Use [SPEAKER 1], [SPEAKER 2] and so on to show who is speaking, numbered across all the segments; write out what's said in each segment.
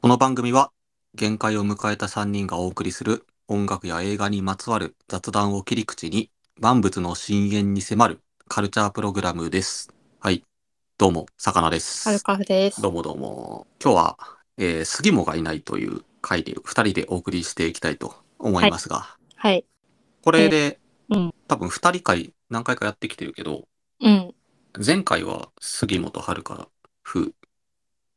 [SPEAKER 1] この番組は限界を迎えた3人がお送りする音楽や映画にまつわる雑談を切り口に万物の深淵に迫るカルチャープログラムです。はい。どうも、さかなで
[SPEAKER 2] ハル
[SPEAKER 1] す。
[SPEAKER 2] カフです。
[SPEAKER 1] どうもどうも。今日は、えー、杉もがいないという回で2人でお送りしていきたいと思いますが、
[SPEAKER 2] はい。
[SPEAKER 1] これで、
[SPEAKER 2] うん
[SPEAKER 1] 多分2人回何回かやってきてるけど、
[SPEAKER 2] うん。
[SPEAKER 1] 前回は杉本遥香風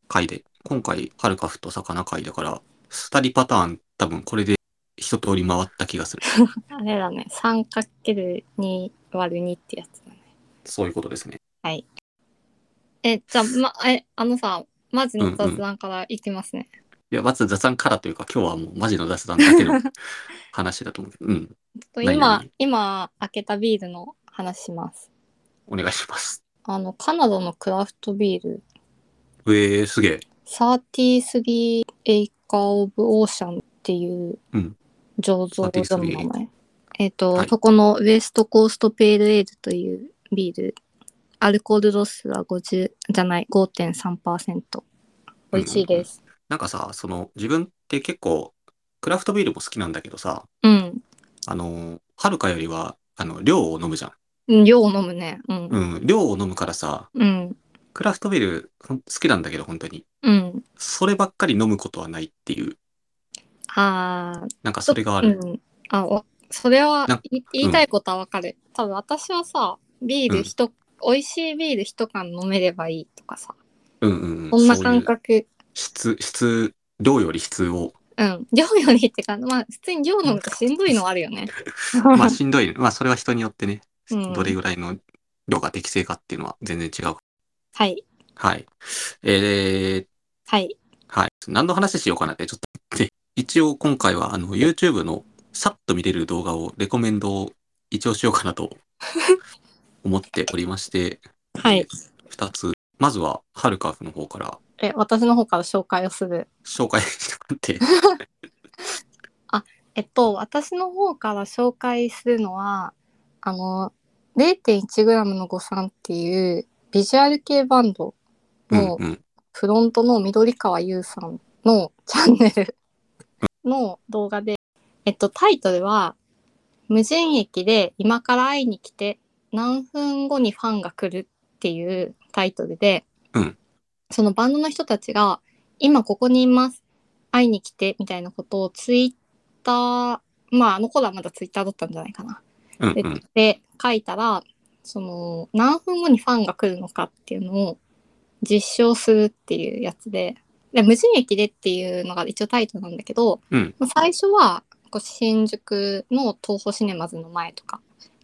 [SPEAKER 1] 回で、今回遥香風と魚回だから、二人パターン多分これで一通り回った気がする。
[SPEAKER 2] あれだね。3×2 割る2ってやつだね。
[SPEAKER 1] そういうことですね。
[SPEAKER 2] え、じゃあ、ま、え、あのさ、マジ
[SPEAKER 1] うんう
[SPEAKER 2] の
[SPEAKER 1] ん
[SPEAKER 2] 雑談からいきますね。
[SPEAKER 1] いや、まず雑談からというか、今日はもうマジの雑談だけの話だと思うけど、うん、
[SPEAKER 2] ちょっと
[SPEAKER 1] 何
[SPEAKER 2] 今
[SPEAKER 1] 々、
[SPEAKER 2] 今、開けたビールの話します。
[SPEAKER 1] お願いします。
[SPEAKER 2] あの、カナダのクラフトビール、
[SPEAKER 1] えー、すげえ。
[SPEAKER 2] 33エイカーオブオーシャンっていう
[SPEAKER 1] うん
[SPEAKER 2] 醸造所の名
[SPEAKER 1] 33
[SPEAKER 2] 前。えっ、と、
[SPEAKER 1] はい。
[SPEAKER 2] そこのウエストコーストペールエールというビール。アルコールロスは50じゃない5.3%美味しいですす
[SPEAKER 1] なんかさ、その自分って結構、クラフトビールも好きなんだけどさ、
[SPEAKER 2] うん、
[SPEAKER 1] あの、遥かよりは、あの、量を飲むじゃん。
[SPEAKER 2] うん、量を飲むねうん
[SPEAKER 1] うん、量を飲むからさ、
[SPEAKER 2] うん
[SPEAKER 1] クラフトビールほん好きなんだけど、本当に。
[SPEAKER 2] うん
[SPEAKER 1] そればっかり飲むことはないっていう、
[SPEAKER 2] あ
[SPEAKER 1] なんか
[SPEAKER 2] あ
[SPEAKER 1] それがある。
[SPEAKER 2] うん、あおそれは
[SPEAKER 1] なん
[SPEAKER 2] い言いたいことはわかる、多分私はさビー
[SPEAKER 1] うん
[SPEAKER 2] ル一、美味しいビール一缶飲めればいいとかさ
[SPEAKER 1] うんうんうん。
[SPEAKER 2] そんな
[SPEAKER 1] ういう
[SPEAKER 2] 感覚
[SPEAKER 1] 質、質、量より質を。
[SPEAKER 2] うん量よりってかまあ普通に量飲むとしんどいのはあるよね
[SPEAKER 1] まあしんどい。まあそれは人によってね、
[SPEAKER 2] うん
[SPEAKER 1] どれぐらいの量が適正かっていうのは全然違う。
[SPEAKER 2] はい
[SPEAKER 1] はい。えー、
[SPEAKER 2] はい
[SPEAKER 1] はい。何の話しようかなってちょっと待って。一応今回はあの YouTube のさっと見れる動画をレコメンドを一応しようかな と思っておりまして、
[SPEAKER 2] はい
[SPEAKER 1] 二つ。まずは、ハルカフの方から
[SPEAKER 2] え私の方から紹介をする
[SPEAKER 1] 紹介してもら って。
[SPEAKER 2] えっと、私の方から紹介するのは、あの、0.1g の誤算っていうビジュアル系バンドの
[SPEAKER 1] うんうん。
[SPEAKER 2] フロントの緑川優さんのチャンネルの動画で、えっと、タイトルは、無人駅で今から会いに来て何分後にファンが来るっていうタイトルで、
[SPEAKER 1] うん
[SPEAKER 2] そのバンドの人たちが今ここにいます会いに来てみたいなことをツイッターまああの頃はまだツイッターだったんじゃないかな
[SPEAKER 1] うん
[SPEAKER 2] で,、
[SPEAKER 1] うん。
[SPEAKER 2] で書いたらその何分後にファンが来るのかっていうのを実証するっていうやつでで無人駅でっていうのが一応タイトルなんだけど、
[SPEAKER 1] うん
[SPEAKER 2] まあ最初はこう新宿の東宝シネマズの前とか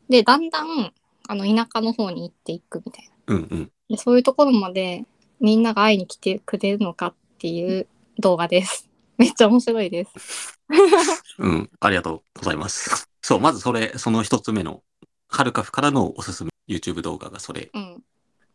[SPEAKER 2] でだんだんあの田舎の方に行っていくみたいな
[SPEAKER 1] うんうん。
[SPEAKER 2] でそういうところまでみんなが会いに来てくれるのかっていう動画です。 めっちゃ面白いです。
[SPEAKER 1] うん。ありがとうございます。 そう、まずそれ、その一つ目の、ハルカフからのおすすめ YouTube 動画がそれ。
[SPEAKER 2] うん。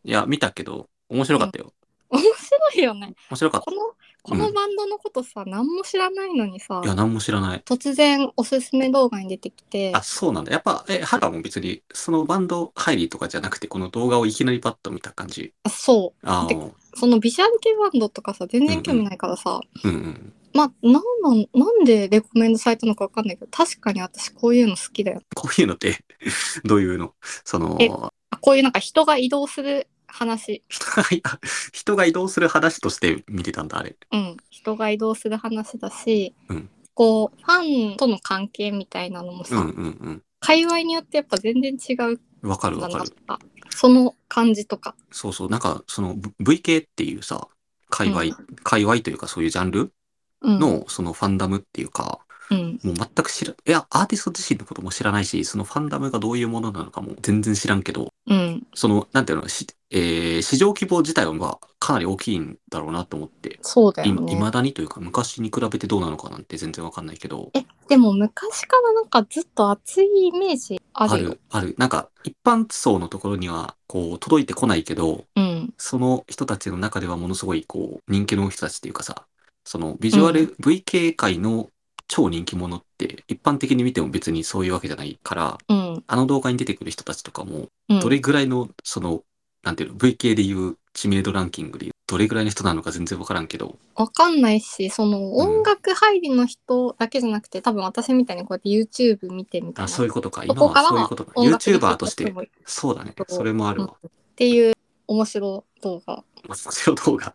[SPEAKER 1] いや、見たけど、面白かったよ。
[SPEAKER 2] 面白いよね。
[SPEAKER 1] 面白かっ
[SPEAKER 2] この、このバンドのことさ、何も知らないのにさ
[SPEAKER 1] た。い、や、何も知らない。
[SPEAKER 2] 突然おすすめ動画に出てきて
[SPEAKER 1] あ、、そうなんだ。やっぱ、え、ハルカも別に、そのバンド入りとかじゃなくて、この動画をいきなりパッと見た感じ。
[SPEAKER 2] あそ
[SPEAKER 1] ああ、
[SPEAKER 2] で
[SPEAKER 1] う
[SPEAKER 2] う。そのビジュアル系バンドとかさ、全然興味ないからさ、
[SPEAKER 1] んうん。
[SPEAKER 2] まあ、なんなん、なんでレコメンドされたのかわかんないけど、確かに私こういうの好きだよ。
[SPEAKER 1] こういうのって、 どういうのその、
[SPEAKER 2] えあこういうなんか人が移動する話。
[SPEAKER 1] 人がいや人が移動する話として見てたんだ、あれ。
[SPEAKER 2] うん、人が移動する話だし、
[SPEAKER 1] うん
[SPEAKER 2] こうファンとの関係みたいなのも
[SPEAKER 1] う
[SPEAKER 2] さ、
[SPEAKER 1] んうん
[SPEAKER 2] 界隈によってやっぱ全然違う
[SPEAKER 1] うん。わかる
[SPEAKER 2] ん
[SPEAKER 1] わ
[SPEAKER 2] だ
[SPEAKER 1] かる
[SPEAKER 2] なと。かその感じとか、
[SPEAKER 1] そうそう、なんか、その、V- VK っていうさ、界隈、
[SPEAKER 2] うん
[SPEAKER 1] 界隈というかそういうジャンル
[SPEAKER 2] うん
[SPEAKER 1] の、そのファンダムっていうか、
[SPEAKER 2] うん、
[SPEAKER 1] もう全く知ら、いや、アーティスト自身のことも知らないし、そのファンダムがどういうものなのかも全然知らんけど、
[SPEAKER 2] うん、
[SPEAKER 1] その、なんていうの、しえー市場規模自体はまあかなり大きいんだろうなと思って、
[SPEAKER 2] そうだ
[SPEAKER 1] い
[SPEAKER 2] よ
[SPEAKER 1] ま、
[SPEAKER 2] ね。
[SPEAKER 1] 未だにというか、昔に比べてどうなのかなんて全然わかんないけど、
[SPEAKER 2] えでも昔からなんかずっと熱いイメージあ
[SPEAKER 1] あ
[SPEAKER 2] るよ。
[SPEAKER 1] る、ある。なんか、一般層のところには、こう、届いてこないけど、
[SPEAKER 2] うん、
[SPEAKER 1] その人たちの中ではものすごいこう人気の人たちっていうかさ、そのビジュアル、
[SPEAKER 2] う
[SPEAKER 1] VK 界の超人気者って一般的に見ても別にそういうわけじゃないから、
[SPEAKER 2] うん、
[SPEAKER 1] あの動画に出てくる人たちとかも、
[SPEAKER 2] うん
[SPEAKER 1] どれぐらいのその、なんていうの、VK でいう知名度ランキングでいうどれぐらいの人なのか全然わからんけど。
[SPEAKER 2] わかんないし、その音楽入りの人だけじゃなくて、多分私みたいにこうやって YouTube 見てみた
[SPEAKER 1] あ、
[SPEAKER 2] いな。
[SPEAKER 1] そういう
[SPEAKER 2] こ
[SPEAKER 1] ことか。今はそういうことか。
[SPEAKER 2] 音楽で
[SPEAKER 1] YouTuber として。
[SPEAKER 2] っ
[SPEAKER 1] そうだね。それもあるわ。
[SPEAKER 2] ていう面白い動画。
[SPEAKER 1] 面白い動画。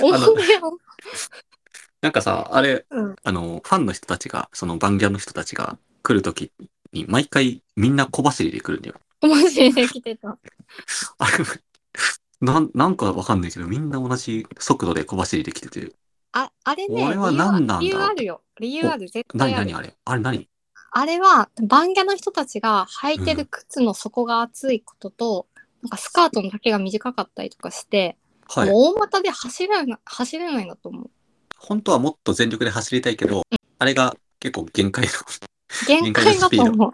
[SPEAKER 2] 面
[SPEAKER 1] あの
[SPEAKER 2] 白い
[SPEAKER 1] なんかさ、あれ、
[SPEAKER 2] うん
[SPEAKER 1] あの、ファンの人たちが、そのバンギャの人たちが来るときに、毎回みんな小走りで来るんだよ。
[SPEAKER 2] 面白いで来てた。
[SPEAKER 1] あれ、なん、なんかわかんないけど、みんな同じ速度で小走りで来てて、
[SPEAKER 2] あ、あれね、
[SPEAKER 1] これは何なんだ
[SPEAKER 2] 理由あ理由あるよ。理由ある、絶
[SPEAKER 1] な
[SPEAKER 2] 対
[SPEAKER 1] に
[SPEAKER 2] あ
[SPEAKER 1] な
[SPEAKER 2] る
[SPEAKER 1] に。あれあれ何
[SPEAKER 2] あれは、バンギャの人たちが履いてる靴の底が厚いことと、なんかスカートの丈が短かったりとかして、
[SPEAKER 1] はい。
[SPEAKER 2] もう大股で走れな走れないんだと思う。
[SPEAKER 1] 本当はもっと全力で走りたいけど、あれが結構限界の、
[SPEAKER 2] 限界だと
[SPEAKER 1] 限界
[SPEAKER 2] 思う。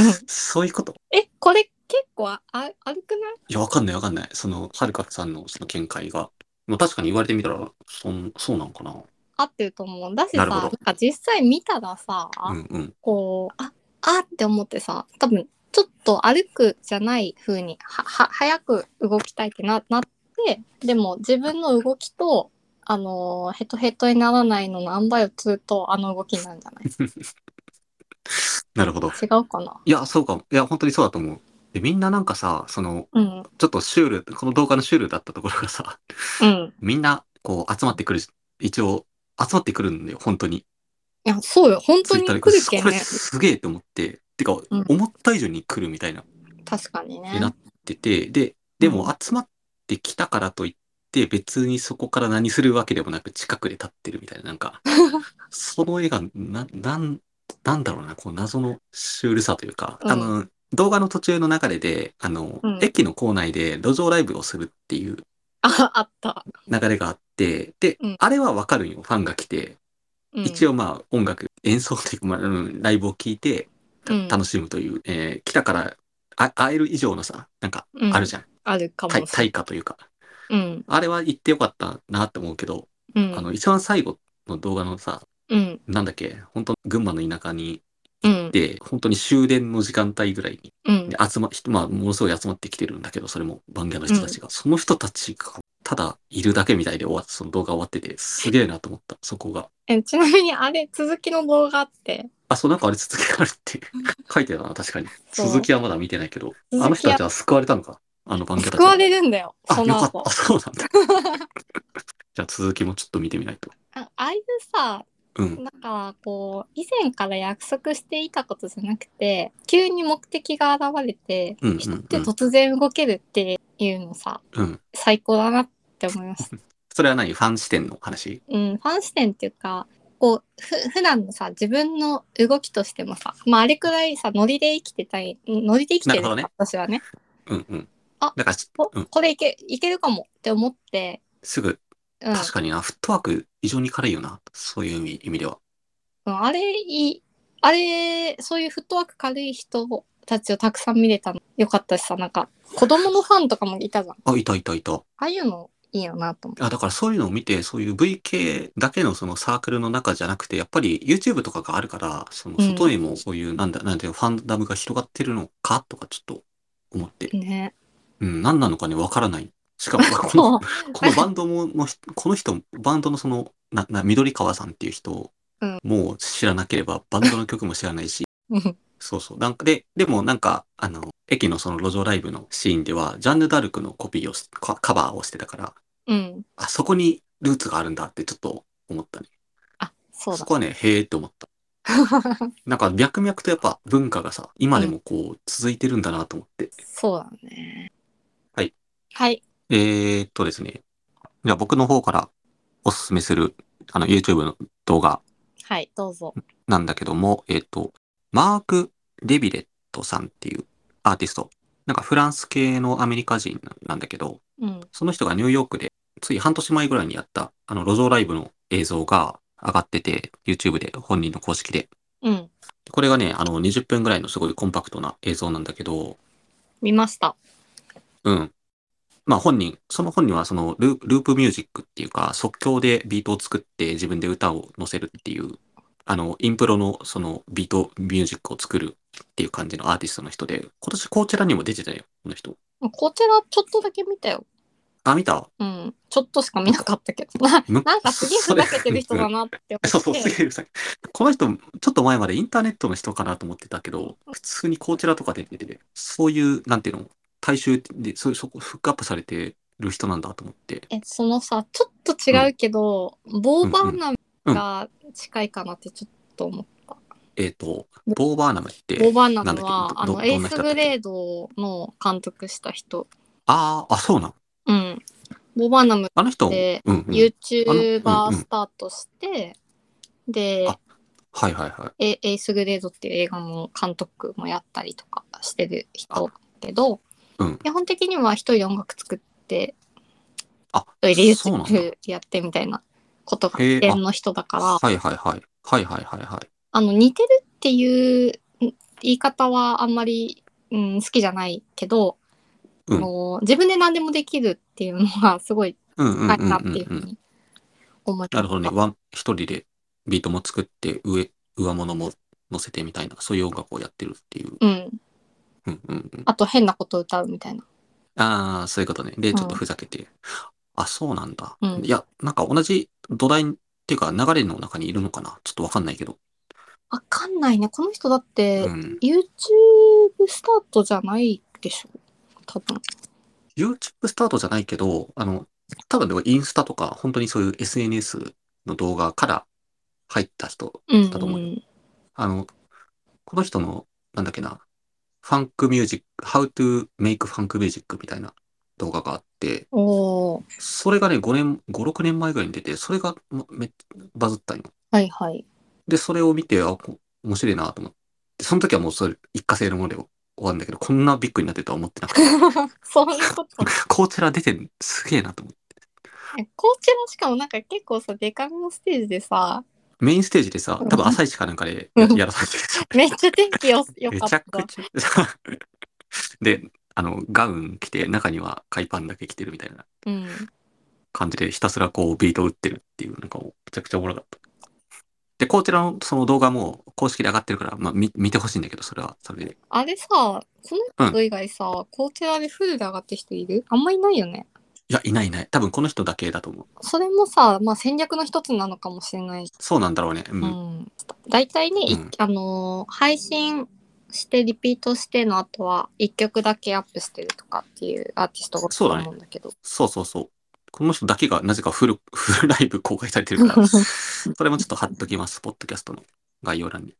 [SPEAKER 2] うん、
[SPEAKER 1] そういうこと
[SPEAKER 2] え、これ結構ああ歩くない
[SPEAKER 1] いや、わかんないわかんない。その、はるかさんのその見解が。まあ確かに言われてみたら、そん、そうなんかな。
[SPEAKER 2] 合ってると思う。だしさ、
[SPEAKER 1] な
[SPEAKER 2] な
[SPEAKER 1] るほど
[SPEAKER 2] んか実際見たらさ、
[SPEAKER 1] うんうん。
[SPEAKER 2] こう、あ、あって思ってさ、多分、ちょっと歩くじゃない風に、は、は、早く動きたいってな、なって、でも自分の動きと、あのーヘトヘトにならないのの塩梅をつると、あの動きになるんじゃない
[SPEAKER 1] なるほど。
[SPEAKER 2] 違うかない
[SPEAKER 1] や、そうかも。いや、本当にそうだと思う。で、みんななんかさ、その、
[SPEAKER 2] うん、
[SPEAKER 1] ちょっとシュール、この動画のシュールだったところがさ、
[SPEAKER 2] うん。
[SPEAKER 1] みんな、こう、集まってくる、一応、集まってくるんだよ、本当に。
[SPEAKER 2] いや、そうよ。本当に
[SPEAKER 1] Twitter で
[SPEAKER 2] 来るけん
[SPEAKER 1] これ
[SPEAKER 2] ね。
[SPEAKER 1] すげえと思って、てか、
[SPEAKER 2] うん
[SPEAKER 1] 思った以上に来るみたいな、
[SPEAKER 2] 確かに
[SPEAKER 1] にな
[SPEAKER 2] ね
[SPEAKER 1] っ。てて、で、で
[SPEAKER 2] う
[SPEAKER 1] も
[SPEAKER 2] ん
[SPEAKER 1] 集まってきたからといって、別にそこから何するわけでもなく、近くで立ってるみたいな、なん か、その絵が、な、なん、なんだろうな、こう、謎のシュールさというか、
[SPEAKER 2] うん
[SPEAKER 1] あの、動画の途中の流れで、あの、
[SPEAKER 2] うん
[SPEAKER 1] 駅の構内で路上ライブをするっていう
[SPEAKER 2] あ、あった。
[SPEAKER 1] 流れがあって、で、
[SPEAKER 2] うん
[SPEAKER 1] あれはわかるんよ、ファンが来て、
[SPEAKER 2] うん、
[SPEAKER 1] 一応まあ音楽演奏というか、まあうんライブを聴いてた
[SPEAKER 2] うん
[SPEAKER 1] 楽しむという、えー来たからあ会える以上のさなんか
[SPEAKER 2] うん、
[SPEAKER 1] あるじゃん、
[SPEAKER 2] あるかも
[SPEAKER 1] 対
[SPEAKER 2] しれない。
[SPEAKER 1] 対価というか
[SPEAKER 2] うん。
[SPEAKER 1] あれは行ってよかったなって思うけど、
[SPEAKER 2] うん。
[SPEAKER 1] あの一番最後の動画のさ
[SPEAKER 2] うん。
[SPEAKER 1] なんだっけ本当群馬の田舎に
[SPEAKER 2] うん。
[SPEAKER 1] で本当に終電の時間帯ぐらいに
[SPEAKER 2] うん
[SPEAKER 1] で。集ままあものすごい集まってきてるんだけどそれもバンギャの人たちが、その人たちがただいるだけみたいで終わってその動画終わっててすげえなと思ったそこが
[SPEAKER 2] え、ちなみにあれ、続きの動画って、
[SPEAKER 1] あ、そう、なんかあれ続きがあるって書いてたな、確かに。
[SPEAKER 2] そう
[SPEAKER 1] 続きはまだ見てないけど。あ
[SPEAKER 2] 続きは
[SPEAKER 1] の人たちは救われたのかあの番組たち
[SPEAKER 2] 救
[SPEAKER 1] は
[SPEAKER 2] われるんだよ、
[SPEAKER 1] あ、
[SPEAKER 2] そ
[SPEAKER 1] よ
[SPEAKER 2] の
[SPEAKER 1] かっ
[SPEAKER 2] 後
[SPEAKER 1] た。。そうなんだ。 じゃあ続きもちょっと見てみないと。
[SPEAKER 2] あああいうさ、
[SPEAKER 1] うん。
[SPEAKER 2] だからこう、以前から約束していたことじゃなくて、急に目的が現れて、
[SPEAKER 1] うんうんうん
[SPEAKER 2] 人って突然動けるっていうのさ、
[SPEAKER 1] うん。
[SPEAKER 2] 最高だなって思い ました。
[SPEAKER 1] それは何ファン視点の話
[SPEAKER 2] うん、ファン視点っていうか、こう、ふ、普段のさ、自分の動きとしてもさ、まあ、あれくらいさ、ノリで生きてたい、ノリで生きて
[SPEAKER 1] なる
[SPEAKER 2] る
[SPEAKER 1] ほどね
[SPEAKER 2] 私はね、
[SPEAKER 1] うんうん。
[SPEAKER 2] あ
[SPEAKER 1] だからし、
[SPEAKER 2] お、
[SPEAKER 1] うん
[SPEAKER 2] これいけ、いけるかもって思って、
[SPEAKER 1] すぐ、
[SPEAKER 2] うん、
[SPEAKER 1] 確かにな、フットワーク異常に軽いよな。そういう意味意味では。
[SPEAKER 2] うんあれいい、あれ、そういうフットワーク軽い人たちをたくさん見れたのよかったしさ、なんか、子供のファンとかもいたじゃん。あ
[SPEAKER 1] あ、いたいたいた。
[SPEAKER 2] あいうのいいよなと思
[SPEAKER 1] あ、だからそういうのを見て、そういう VK だけのそのサークルの中じゃなくて、やっぱり YouTube とかがあるから、その
[SPEAKER 2] うん
[SPEAKER 1] 外へもそういう、なんだ、なんていうのファンダムが広がってるのかとかちょっと思って
[SPEAKER 2] う。。ね。
[SPEAKER 1] うん、何なのかね、わからない。し かも、この、このバンドもの人、この人、バンドのその、な、な、緑川さんっていう人を
[SPEAKER 2] うん
[SPEAKER 1] もう知らなければ、バンドの曲も知らないし、
[SPEAKER 2] うん
[SPEAKER 1] そうそう。なんかで、でもなんか、あの、駅のその路上ライブのシーンでは、ジャンヌ・ダルクのコピーをしカ、カバーをしてたから、
[SPEAKER 2] うん。
[SPEAKER 1] あ、そこにルーツがあるんだってちょっと思ったね。
[SPEAKER 2] あ、そう
[SPEAKER 1] そ
[SPEAKER 2] だ。
[SPEAKER 1] こはね、へーって思った。なんか脈々とやっぱ文化がさ、今でもこう続いてるんだなと思って。
[SPEAKER 2] そうだね。
[SPEAKER 1] はい。
[SPEAKER 2] はい。
[SPEAKER 1] えー、っとですね。じゃあ僕の方からおすすめする、あの YouTube の動画
[SPEAKER 2] はい、どうぞ。
[SPEAKER 1] なんだけども、えーっと、マーク・デビレットさんっていうアーティスト。なんかフランス系のアメリカ人なんだけど、
[SPEAKER 2] うん。
[SPEAKER 1] その人がニューヨークで、つい半年前ぐらいにやった、あの、路上ライブの映像が上がってて、YouTube で、本人の公式で。
[SPEAKER 2] うん。
[SPEAKER 1] これがね、あの、20分ぐらいのすごいコンパクトな映像なんだけど、
[SPEAKER 2] 見ました。
[SPEAKER 1] うん。まあ本人、その本人はそのルーループミュージックっていうか、即興でビートを作って自分で歌を載せるっていう、あの、インプロのそのビートミュージックを作るっていう感じのアーティストの人で、今年こちらにも出てたよ、この人。
[SPEAKER 2] こちらちょっとだけ見たよ。
[SPEAKER 1] あ、見た
[SPEAKER 2] うん。ちょっとしか見なかったけど。 な
[SPEAKER 1] む
[SPEAKER 2] なんかすげえふざけてる人だなって思っ て。
[SPEAKER 1] そうそう、すげえうるさい。この人、ちょっと前までインターネットの人かなと思ってたけど、普通にこちらとかで出てて、そういう、なんていうの、大衆で、そうそこ、フックアップされてる人なんだと思って。
[SPEAKER 2] え、そのさ、ちょっと違うけど、ボーバーナムが近いかなってちょっと思った。
[SPEAKER 1] えっ、と、ボーバーナムって、
[SPEAKER 2] ボーバーナ
[SPEAKER 1] なん
[SPEAKER 2] ム
[SPEAKER 1] だっ
[SPEAKER 2] は
[SPEAKER 1] け、ど
[SPEAKER 2] あ
[SPEAKER 1] ど
[SPEAKER 2] の、
[SPEAKER 1] どん
[SPEAKER 2] エ
[SPEAKER 1] な人だ
[SPEAKER 2] ー
[SPEAKER 1] っ
[SPEAKER 2] ス
[SPEAKER 1] たっけ
[SPEAKER 2] グレードの監督した人。
[SPEAKER 1] ああ、あ、そうなん。
[SPEAKER 2] うん。ボーバーナム
[SPEAKER 1] あの人、
[SPEAKER 2] で
[SPEAKER 1] うん、うん。あのうん
[SPEAKER 2] YouTuber
[SPEAKER 1] うん
[SPEAKER 2] スタートして、で、
[SPEAKER 1] あはいはいはい。
[SPEAKER 2] エエースグレードっていう映画の監督もやったりとかしてる人だけ
[SPEAKER 1] う
[SPEAKER 2] ど、
[SPEAKER 1] ん
[SPEAKER 2] 基本的には一人で音楽作って
[SPEAKER 1] あ
[SPEAKER 2] 一人で
[SPEAKER 1] そうなんだ
[SPEAKER 2] YouTube やってみたいなことが起点の人だからあ
[SPEAKER 1] はいはいはい。はいはいはいはい。
[SPEAKER 2] の似てるっていうん言い方はあんまり、うん、好きじゃないけど、
[SPEAKER 1] うん
[SPEAKER 2] あの自分で何でもできるっていうのがすごい
[SPEAKER 1] うんうんうん
[SPEAKER 2] 深い
[SPEAKER 1] うん、
[SPEAKER 2] なっていう
[SPEAKER 1] う。
[SPEAKER 2] ふうんに思って
[SPEAKER 1] なるほどね。ワン、一人でビートも作って、上、上物も乗せてみたいな、そういう音楽をやってるっていう。
[SPEAKER 2] うん、
[SPEAKER 1] うんうんうん。
[SPEAKER 2] あと変なこと歌うみたいな。
[SPEAKER 1] ああ、そういうことね。で、
[SPEAKER 2] ん
[SPEAKER 1] ちょっとふざけて。あ、そうなんだ。
[SPEAKER 2] うん
[SPEAKER 1] いや、なんか同じ土台っていうか流れの中にいるのかなちょっとわかんないけど。
[SPEAKER 2] わかんないねこの人だって、
[SPEAKER 1] うん。
[SPEAKER 2] YouTube スタートじゃないでしょ多分
[SPEAKER 1] YouTube スタートじゃないけど、あの、多分でもインスタとか、本当にそういう SNS の動画から入った人。
[SPEAKER 2] うん
[SPEAKER 1] だと思うあの、この人の、なんだっけな、ファンクミュージック、How to make funk music みたいな動画があって、
[SPEAKER 2] おお
[SPEAKER 1] それがね、5年、5、6年前ぐらいに出て、それがまめっバズったんよ。
[SPEAKER 2] はいはい
[SPEAKER 1] で、それを見て、あ、こ面白いなと思って、その時はもうそれ一過性のもので終わるんだけど、こんなビッグになってるとは思ってなく て、
[SPEAKER 2] そんなこと
[SPEAKER 1] コーチェラ出てんすげえなと思って。
[SPEAKER 2] こちらしかもなんか結構さデカめのステージでさ
[SPEAKER 1] メインステージでさ、多分朝一かなんかでややらされてる
[SPEAKER 2] めっちゃ天気よよ
[SPEAKER 1] め
[SPEAKER 2] かっ
[SPEAKER 1] ち
[SPEAKER 2] た
[SPEAKER 1] ゃくちゃ。で、あの、ガウン着て、中には海パンだけ着てるみたいな
[SPEAKER 2] うん、
[SPEAKER 1] 感じで、ひたすらこうビートを打ってるっていう、なんかもうめちゃくちゃおもろかった。で、こちらのその動画も公式で上がってるから、まあ見見てほしいんだけど、それは、それで。
[SPEAKER 2] あれさこの人以外さ、こちらでフルで上がってる人いるあんまいないよね
[SPEAKER 1] いや、いないいない。多分この人だけだと思う。
[SPEAKER 2] それもさ、まあ、戦略の一つなのかもしれない
[SPEAKER 1] そうなんだろうね。うん。
[SPEAKER 2] うん大体ね、い
[SPEAKER 1] うん
[SPEAKER 2] あのー配信してリピートしての後は1曲だけアップしてるとかっていうアーティストが多いと思うんだけど
[SPEAKER 1] そうそうそう。この人だけがなぜかフル、 フルライブ公開されてるから、 それもちょっと貼っときます。ポッドキャストの概要欄に。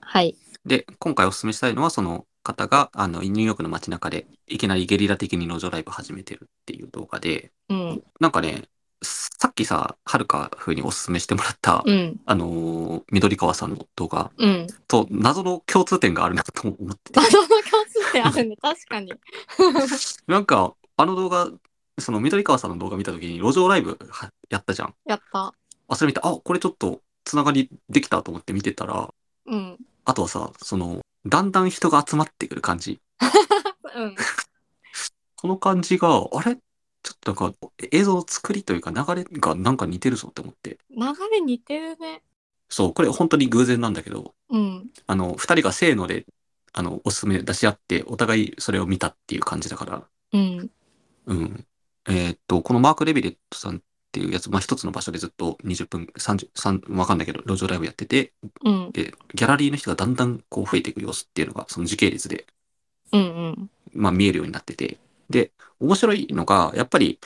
[SPEAKER 2] はい
[SPEAKER 1] で、今回お勧めしたいのは、その方が、あの、ニューヨークの街中で、いきなりゲリラ的に路上ライブ始めてるっていう動画で、
[SPEAKER 2] うん
[SPEAKER 1] なんかね、さっきさ、はるか風にお勧めしてもらった、
[SPEAKER 2] うん
[SPEAKER 1] あのー緑川さんの動画
[SPEAKER 2] うん
[SPEAKER 1] と謎の共通点があるなと思ってて
[SPEAKER 2] 謎の共通点ある ね確かに
[SPEAKER 1] なんか、あの動画、その緑川さんの動画見た時に路上ライブはやったじゃん。
[SPEAKER 2] やった
[SPEAKER 1] あ、それ見て、あ、これちょっとつながりできたと思って見てたら、
[SPEAKER 2] うん
[SPEAKER 1] あとはさ、その、だんだん人が集まってくる感じ。
[SPEAKER 2] うん
[SPEAKER 1] この感じが、あれちょっとなんか映像の作りというか流れがなんか似てるぞって思って。
[SPEAKER 2] 流れ似てるね
[SPEAKER 1] そう、これ本当に偶然なんだけど、
[SPEAKER 2] うん
[SPEAKER 1] あの、二人がせーので、あの、おすすめ出し合って、お互いそれを見たっていう感じだから、
[SPEAKER 2] うん
[SPEAKER 1] うん。えーっと、このマーク・レビレットさんっていうやつ、まあ、一つの場所でずっと20分、30、3、わかんないけど、路上ライブやってて、
[SPEAKER 2] うん
[SPEAKER 1] で、ギャラリーの人がだんだんこう増えていく様子っていうのが、その時系列で、
[SPEAKER 2] うんうん
[SPEAKER 1] まあ、見えるようになってて。で、面白いのが、やっぱり、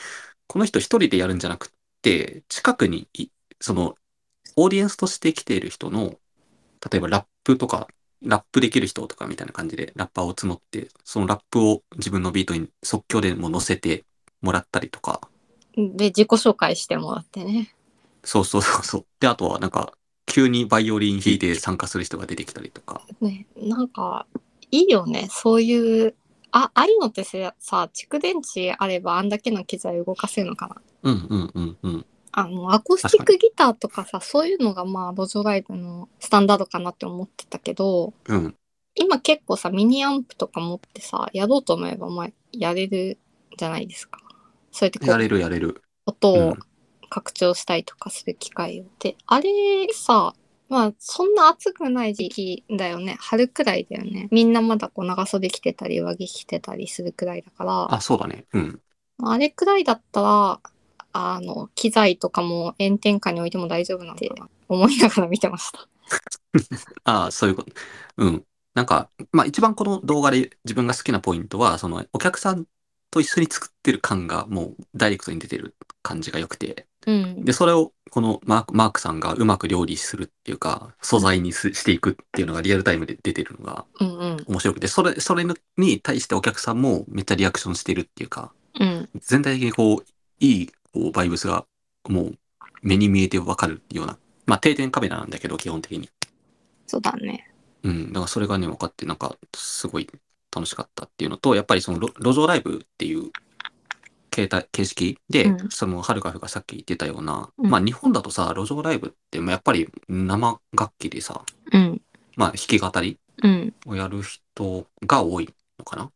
[SPEAKER 1] この人一人でやるんじゃなくって、近くにい、その、オーディエンスとして来ている人の、例えばラップとか、ラップできる人とかみたいな感じで、ラッパーを募って、そのラップを自分のビートに即興でも乗せてもらったりとか、
[SPEAKER 2] で自己紹介してもらってね
[SPEAKER 1] そうそうそうそう。で、あとはなんか、急にバイオリン弾いて参加する人が出てきたりとか。
[SPEAKER 2] ねなんかいいよねそういうあああいうのってせさ蓄電池あればあんだけの機材動かせるのかな
[SPEAKER 1] うんうんうんうん。
[SPEAKER 2] あのアコースティックギターとかさそういうのがまあ路上ライブのスタンダードかなって思ってたけど
[SPEAKER 1] うん。
[SPEAKER 2] 今結構さミニアンプとか持ってさやろうと思えばまあやれるじゃないですかそうやってこ
[SPEAKER 1] や
[SPEAKER 2] う
[SPEAKER 1] れるやれる。
[SPEAKER 2] 音
[SPEAKER 1] う
[SPEAKER 2] を
[SPEAKER 1] ん
[SPEAKER 2] 拡張したりとかする機会をであれさまあそんな暑くない時期だよね春くらいだよねみんなまだこう長袖着てたり上着着てたりするくらいだから
[SPEAKER 1] あ、そうだね。うん。
[SPEAKER 2] まああれくらいだったら、あの、機材とかも炎天下に置いても大丈夫なんだなって思いながら見てました。
[SPEAKER 1] ああ、そういうこと。うん。なんか、まあ一番この動画で自分が好きなポイントは、そのお客さんと一緒に作ってる感がもうダイレクトに出てる感じが良くて。
[SPEAKER 2] うん。
[SPEAKER 1] で、それをこのマークマークさんがうまく料理するっていうか、素材にすしていくっていうのがリアルタイムで出てるのが
[SPEAKER 2] うんうん。
[SPEAKER 1] 面白くて、それ、それに対してお客さんもめっちゃリアクションしてるっていうか、
[SPEAKER 2] うん。
[SPEAKER 1] 全体的にこう、いいこうバイブスがもう目に見えてわかるような。まあ定点カメラなんだけど、基本的に。
[SPEAKER 2] そうだね。
[SPEAKER 1] うん、だからそれがね、分かって、なんか、すごい楽しかったっていうのと、やっぱりその路、路上ライブっていう形態、形式で、
[SPEAKER 2] うん
[SPEAKER 1] その、はるかふがさっき言ってたような、
[SPEAKER 2] うん
[SPEAKER 1] まあ、日本だとさ、路上ライブって、まあやっぱり生楽器でさ、
[SPEAKER 2] うん。
[SPEAKER 1] まあ、弾き語り
[SPEAKER 2] うん。
[SPEAKER 1] をやる人が多いのかな。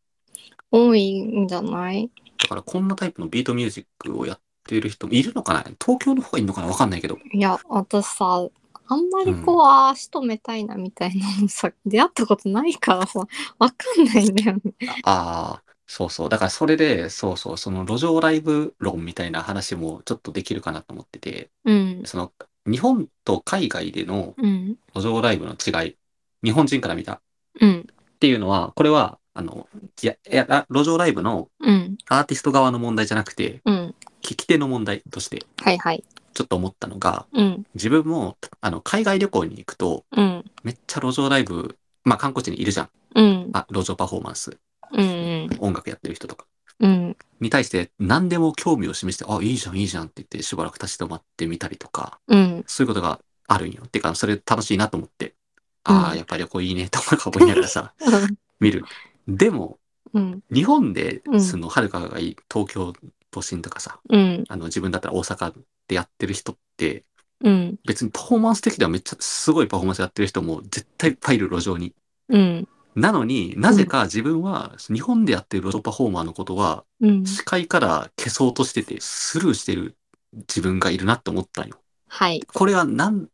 [SPEAKER 2] 多いんじゃない
[SPEAKER 1] だから、こんなタイプのビートミュージックをやってる人もいるのかな東京の方がいいのかなわかんないけど。
[SPEAKER 2] いや、私さ、あんまりこう、ああ、しとめたいなみたいなのさ、 出会ったことないからさ、わかんないんだよね。
[SPEAKER 1] ああ、そうそう。だから、それで、そうそう、その路上ライブ論みたいな話もちょっとできるかなと思ってて、
[SPEAKER 2] うん。
[SPEAKER 1] その日本と海外での
[SPEAKER 2] うん。
[SPEAKER 1] 路上ライブの違い、日本人から見たっ
[SPEAKER 2] うん。
[SPEAKER 1] ていうのは、これは、あの、いや、いやあ路上ライブの
[SPEAKER 2] うん。
[SPEAKER 1] アーティスト側の問題じゃなくて、
[SPEAKER 2] うん。
[SPEAKER 1] 聞き手の問題として
[SPEAKER 2] はいはい。
[SPEAKER 1] ちょっと思ったのが、
[SPEAKER 2] うん。
[SPEAKER 1] 自分も、あの、海外旅行に行くと、
[SPEAKER 2] うん。
[SPEAKER 1] めっちゃ路上ライブ、まあ観光地にいるじゃん。
[SPEAKER 2] うん。
[SPEAKER 1] あ、路上パフォーマンス、
[SPEAKER 2] うん。
[SPEAKER 1] 音楽やってる人とか。
[SPEAKER 2] うん。
[SPEAKER 1] に対して何でも興味を示して、あ、いいじゃん、いいじゃんって言ってしばらく立ち止まってみたりとか、
[SPEAKER 2] うん。
[SPEAKER 1] そういうことがあるんよ。っていうか、それ楽しいなと思って、あ
[SPEAKER 2] う
[SPEAKER 1] あ、
[SPEAKER 2] ん
[SPEAKER 1] やっぱり旅行いいねとか思いながら さ、見る。でも、
[SPEAKER 2] うん。
[SPEAKER 1] 日本で
[SPEAKER 2] う、ん
[SPEAKER 1] その、はるかがいい東京都心とかさ、
[SPEAKER 2] うん。
[SPEAKER 1] あの、自分だったら大阪でやってる人って、
[SPEAKER 2] うん。
[SPEAKER 1] 別にパフォーマンス的にはめっちゃすごいパフォーマンスやってる人も絶対いっぱいいる路上に。
[SPEAKER 2] うん。
[SPEAKER 1] なのになぜか自分は日本でやってる路上パフォーマーのことは
[SPEAKER 2] うん。
[SPEAKER 1] 視界から消そうとしててスルーしてる自分がいるなって思ったんよ。
[SPEAKER 2] はい。
[SPEAKER 1] これはなん、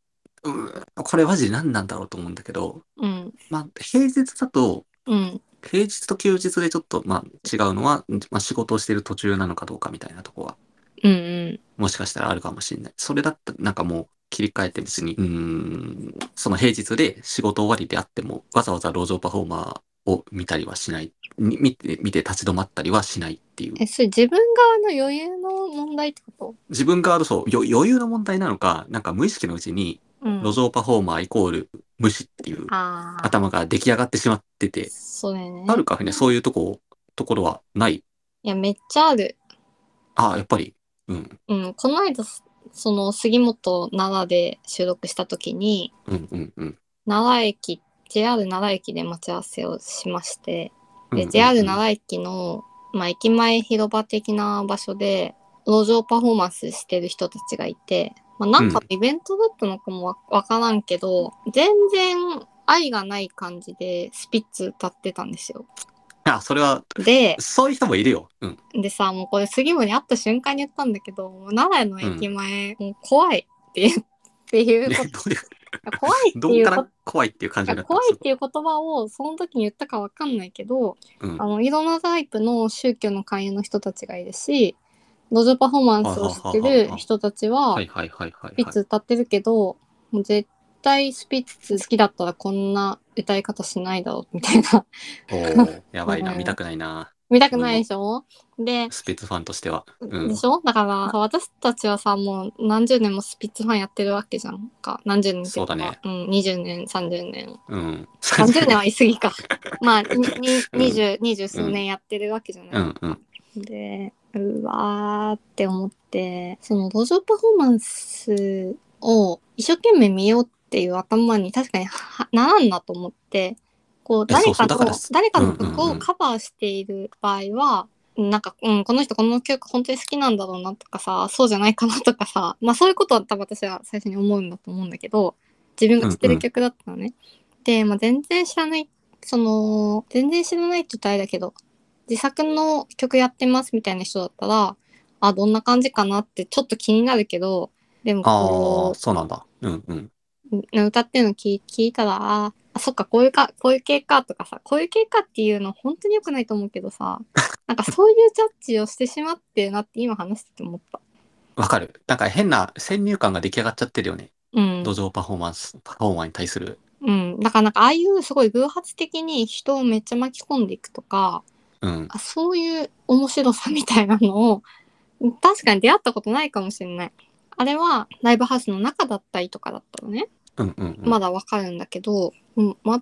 [SPEAKER 1] うーこれマジ何なんだろうと思うんだけど、
[SPEAKER 2] うん。
[SPEAKER 1] まあ、平日だと、
[SPEAKER 2] うん。
[SPEAKER 1] 平日と休日でちょっと、まあ、違うのは、まあ、仕事をしてる途中なのかどうかみたいなとこは、
[SPEAKER 2] うん。
[SPEAKER 1] もしかしたらあるかもしれない。それだったら、なんかもう、切り替えて別に、うーん、その平日で仕事終わりであっても、わざわざ路上パフォーマーを見たりはしない。に見て、見て立ち止まったりはしないっていう。
[SPEAKER 2] え、それ自分側の余裕の問題ってこ
[SPEAKER 1] 自分側のそう、よ余裕の問題なのか、なんか無意識のうちに、
[SPEAKER 2] とうん。
[SPEAKER 1] 路上パフォーマーイコール無視っていう
[SPEAKER 2] ああ。
[SPEAKER 1] 頭が出来上がってしまってて、
[SPEAKER 2] それね。
[SPEAKER 1] はるかにはそういうとこ、ところはない。
[SPEAKER 2] いや、めっちゃある。
[SPEAKER 1] ああ、やっぱり。うん、
[SPEAKER 2] うん。この間、その杉本奈良で収録した時に、
[SPEAKER 1] うん、うん、うん。
[SPEAKER 2] 奈良駅、JR 奈良駅で待ち合わせをしまして、
[SPEAKER 1] うんう
[SPEAKER 2] で、
[SPEAKER 1] ん
[SPEAKER 2] JR 奈良駅の、まあ、駅前広場的な場所で、路上パフォーマンスしてる人たちがいて、まあ、なんかのイベントだったのかもわわからんけど、全然愛がない感じでスピッツ歌ってたんですよ。
[SPEAKER 1] あ、それは、
[SPEAKER 2] で、
[SPEAKER 1] そういう人もいるよ。うん。
[SPEAKER 2] でさ、もうこれ杉本に会った瞬間に言ったんだけど、もう奈良の駅前、もう怖いっていう、っていうこ
[SPEAKER 1] ね どういうどっ
[SPEAKER 2] と、怖いっていう
[SPEAKER 1] か
[SPEAKER 2] こと
[SPEAKER 1] ら怖いっていう感じになった
[SPEAKER 2] 怖いっていう言葉をその時に言ったかわかんないけど、
[SPEAKER 1] うん
[SPEAKER 2] あのいろんなタイプの宗教の勧誘の人たちがいるし路上パフォーマンスをしてる人たちは
[SPEAKER 1] はいはいはいはい、
[SPEAKER 2] スピッツ歌ってるけど、もう絶対スピッツ好きだったらこんな歌い方しないだろうみたいな
[SPEAKER 1] はい。おーやばいな、
[SPEAKER 2] うん
[SPEAKER 1] 見たくないな。
[SPEAKER 2] 見たくないでしょで、
[SPEAKER 1] スピッツファンとしては。うん
[SPEAKER 2] で。しょだから私たちはさもう何十年もスピッツファンやってるわけじゃんか何十年っていか
[SPEAKER 1] そうだね
[SPEAKER 2] うん、20年30年
[SPEAKER 1] うん。
[SPEAKER 2] 30年は言い過ぎか。まあ、にに
[SPEAKER 1] うん
[SPEAKER 2] 20、20数年やってるわけじ ゃ
[SPEAKER 1] う
[SPEAKER 2] ない。
[SPEAKER 1] んうん。
[SPEAKER 2] で、うわーって思って、その路上パフォーマンスを一生懸命見ようっていう頭に確かにはならんなと思って、こう、
[SPEAKER 1] いやそ
[SPEAKER 2] 誰
[SPEAKER 1] うそ
[SPEAKER 2] か
[SPEAKER 1] う
[SPEAKER 2] の
[SPEAKER 1] だから、
[SPEAKER 2] 誰か
[SPEAKER 1] う
[SPEAKER 2] の
[SPEAKER 1] んうんうん
[SPEAKER 2] 曲をカバーしている場合は、なんか、うん、この人この曲本当に好きなんだろうなとかさ、そうじゃないかなとかさ、まあそういうことは多分私は最初に思うんだと思うんだけど、自分が知ってる曲だったのね。で、まあ全然知らない、その、全然知らないって言ったらあれだけど、自作の曲やってますみたいな人だったら、あ、どんな感じかなってちょっと気になるけど、でも
[SPEAKER 1] ああ、
[SPEAKER 2] こ
[SPEAKER 1] そうなんだ。うんうん。
[SPEAKER 2] う、歌ってるの聞い聞いたら、あ、あそっかこういうかこういう系かとかさこういう系かっていうの本当に良くないと思うけどさなんかそういうジャッジをしてしまってるなって今話してて思った。
[SPEAKER 1] わかる。なんか変な先入観が出来上がっちゃってるよね。
[SPEAKER 2] うん
[SPEAKER 1] 土壌パフォーマンス、パフォーマーに対する。
[SPEAKER 2] うん、だからなんかああいうすごい偶発的に人をめっちゃ巻き込んでいくとか
[SPEAKER 1] うん。
[SPEAKER 2] あそういう面白さみたいなのを確かに出会ったことないかもしれない。あれはライブハウスの中だったりとかだったのね。
[SPEAKER 1] うんうん、うん。
[SPEAKER 2] まだわかるんだけど、うん、全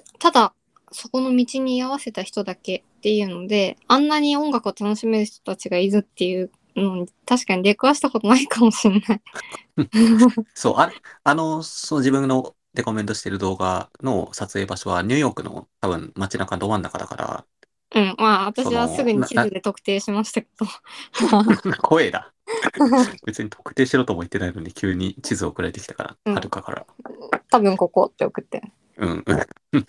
[SPEAKER 2] くただそこの道に居合わせた人だけっていうのであんなに音楽を楽しめる人たちがいるっていうのに確かに出くわしたことないかもしれ ない。
[SPEAKER 1] そう、あれ、あの、そう自分のレコメンドしてる動画の撮影場所はニューヨークの多分街中ど真ん中だ か
[SPEAKER 2] うん、まあ私は
[SPEAKER 1] その
[SPEAKER 2] すぐに
[SPEAKER 1] な
[SPEAKER 2] 地図で特定しましたけど。
[SPEAKER 1] ら、声だ。 別に特定しろとも言ってないのに急に地図を送られてきたか
[SPEAKER 2] う
[SPEAKER 1] ら、
[SPEAKER 2] ん
[SPEAKER 1] はるかから。
[SPEAKER 2] 多分ここって送って。
[SPEAKER 1] うん。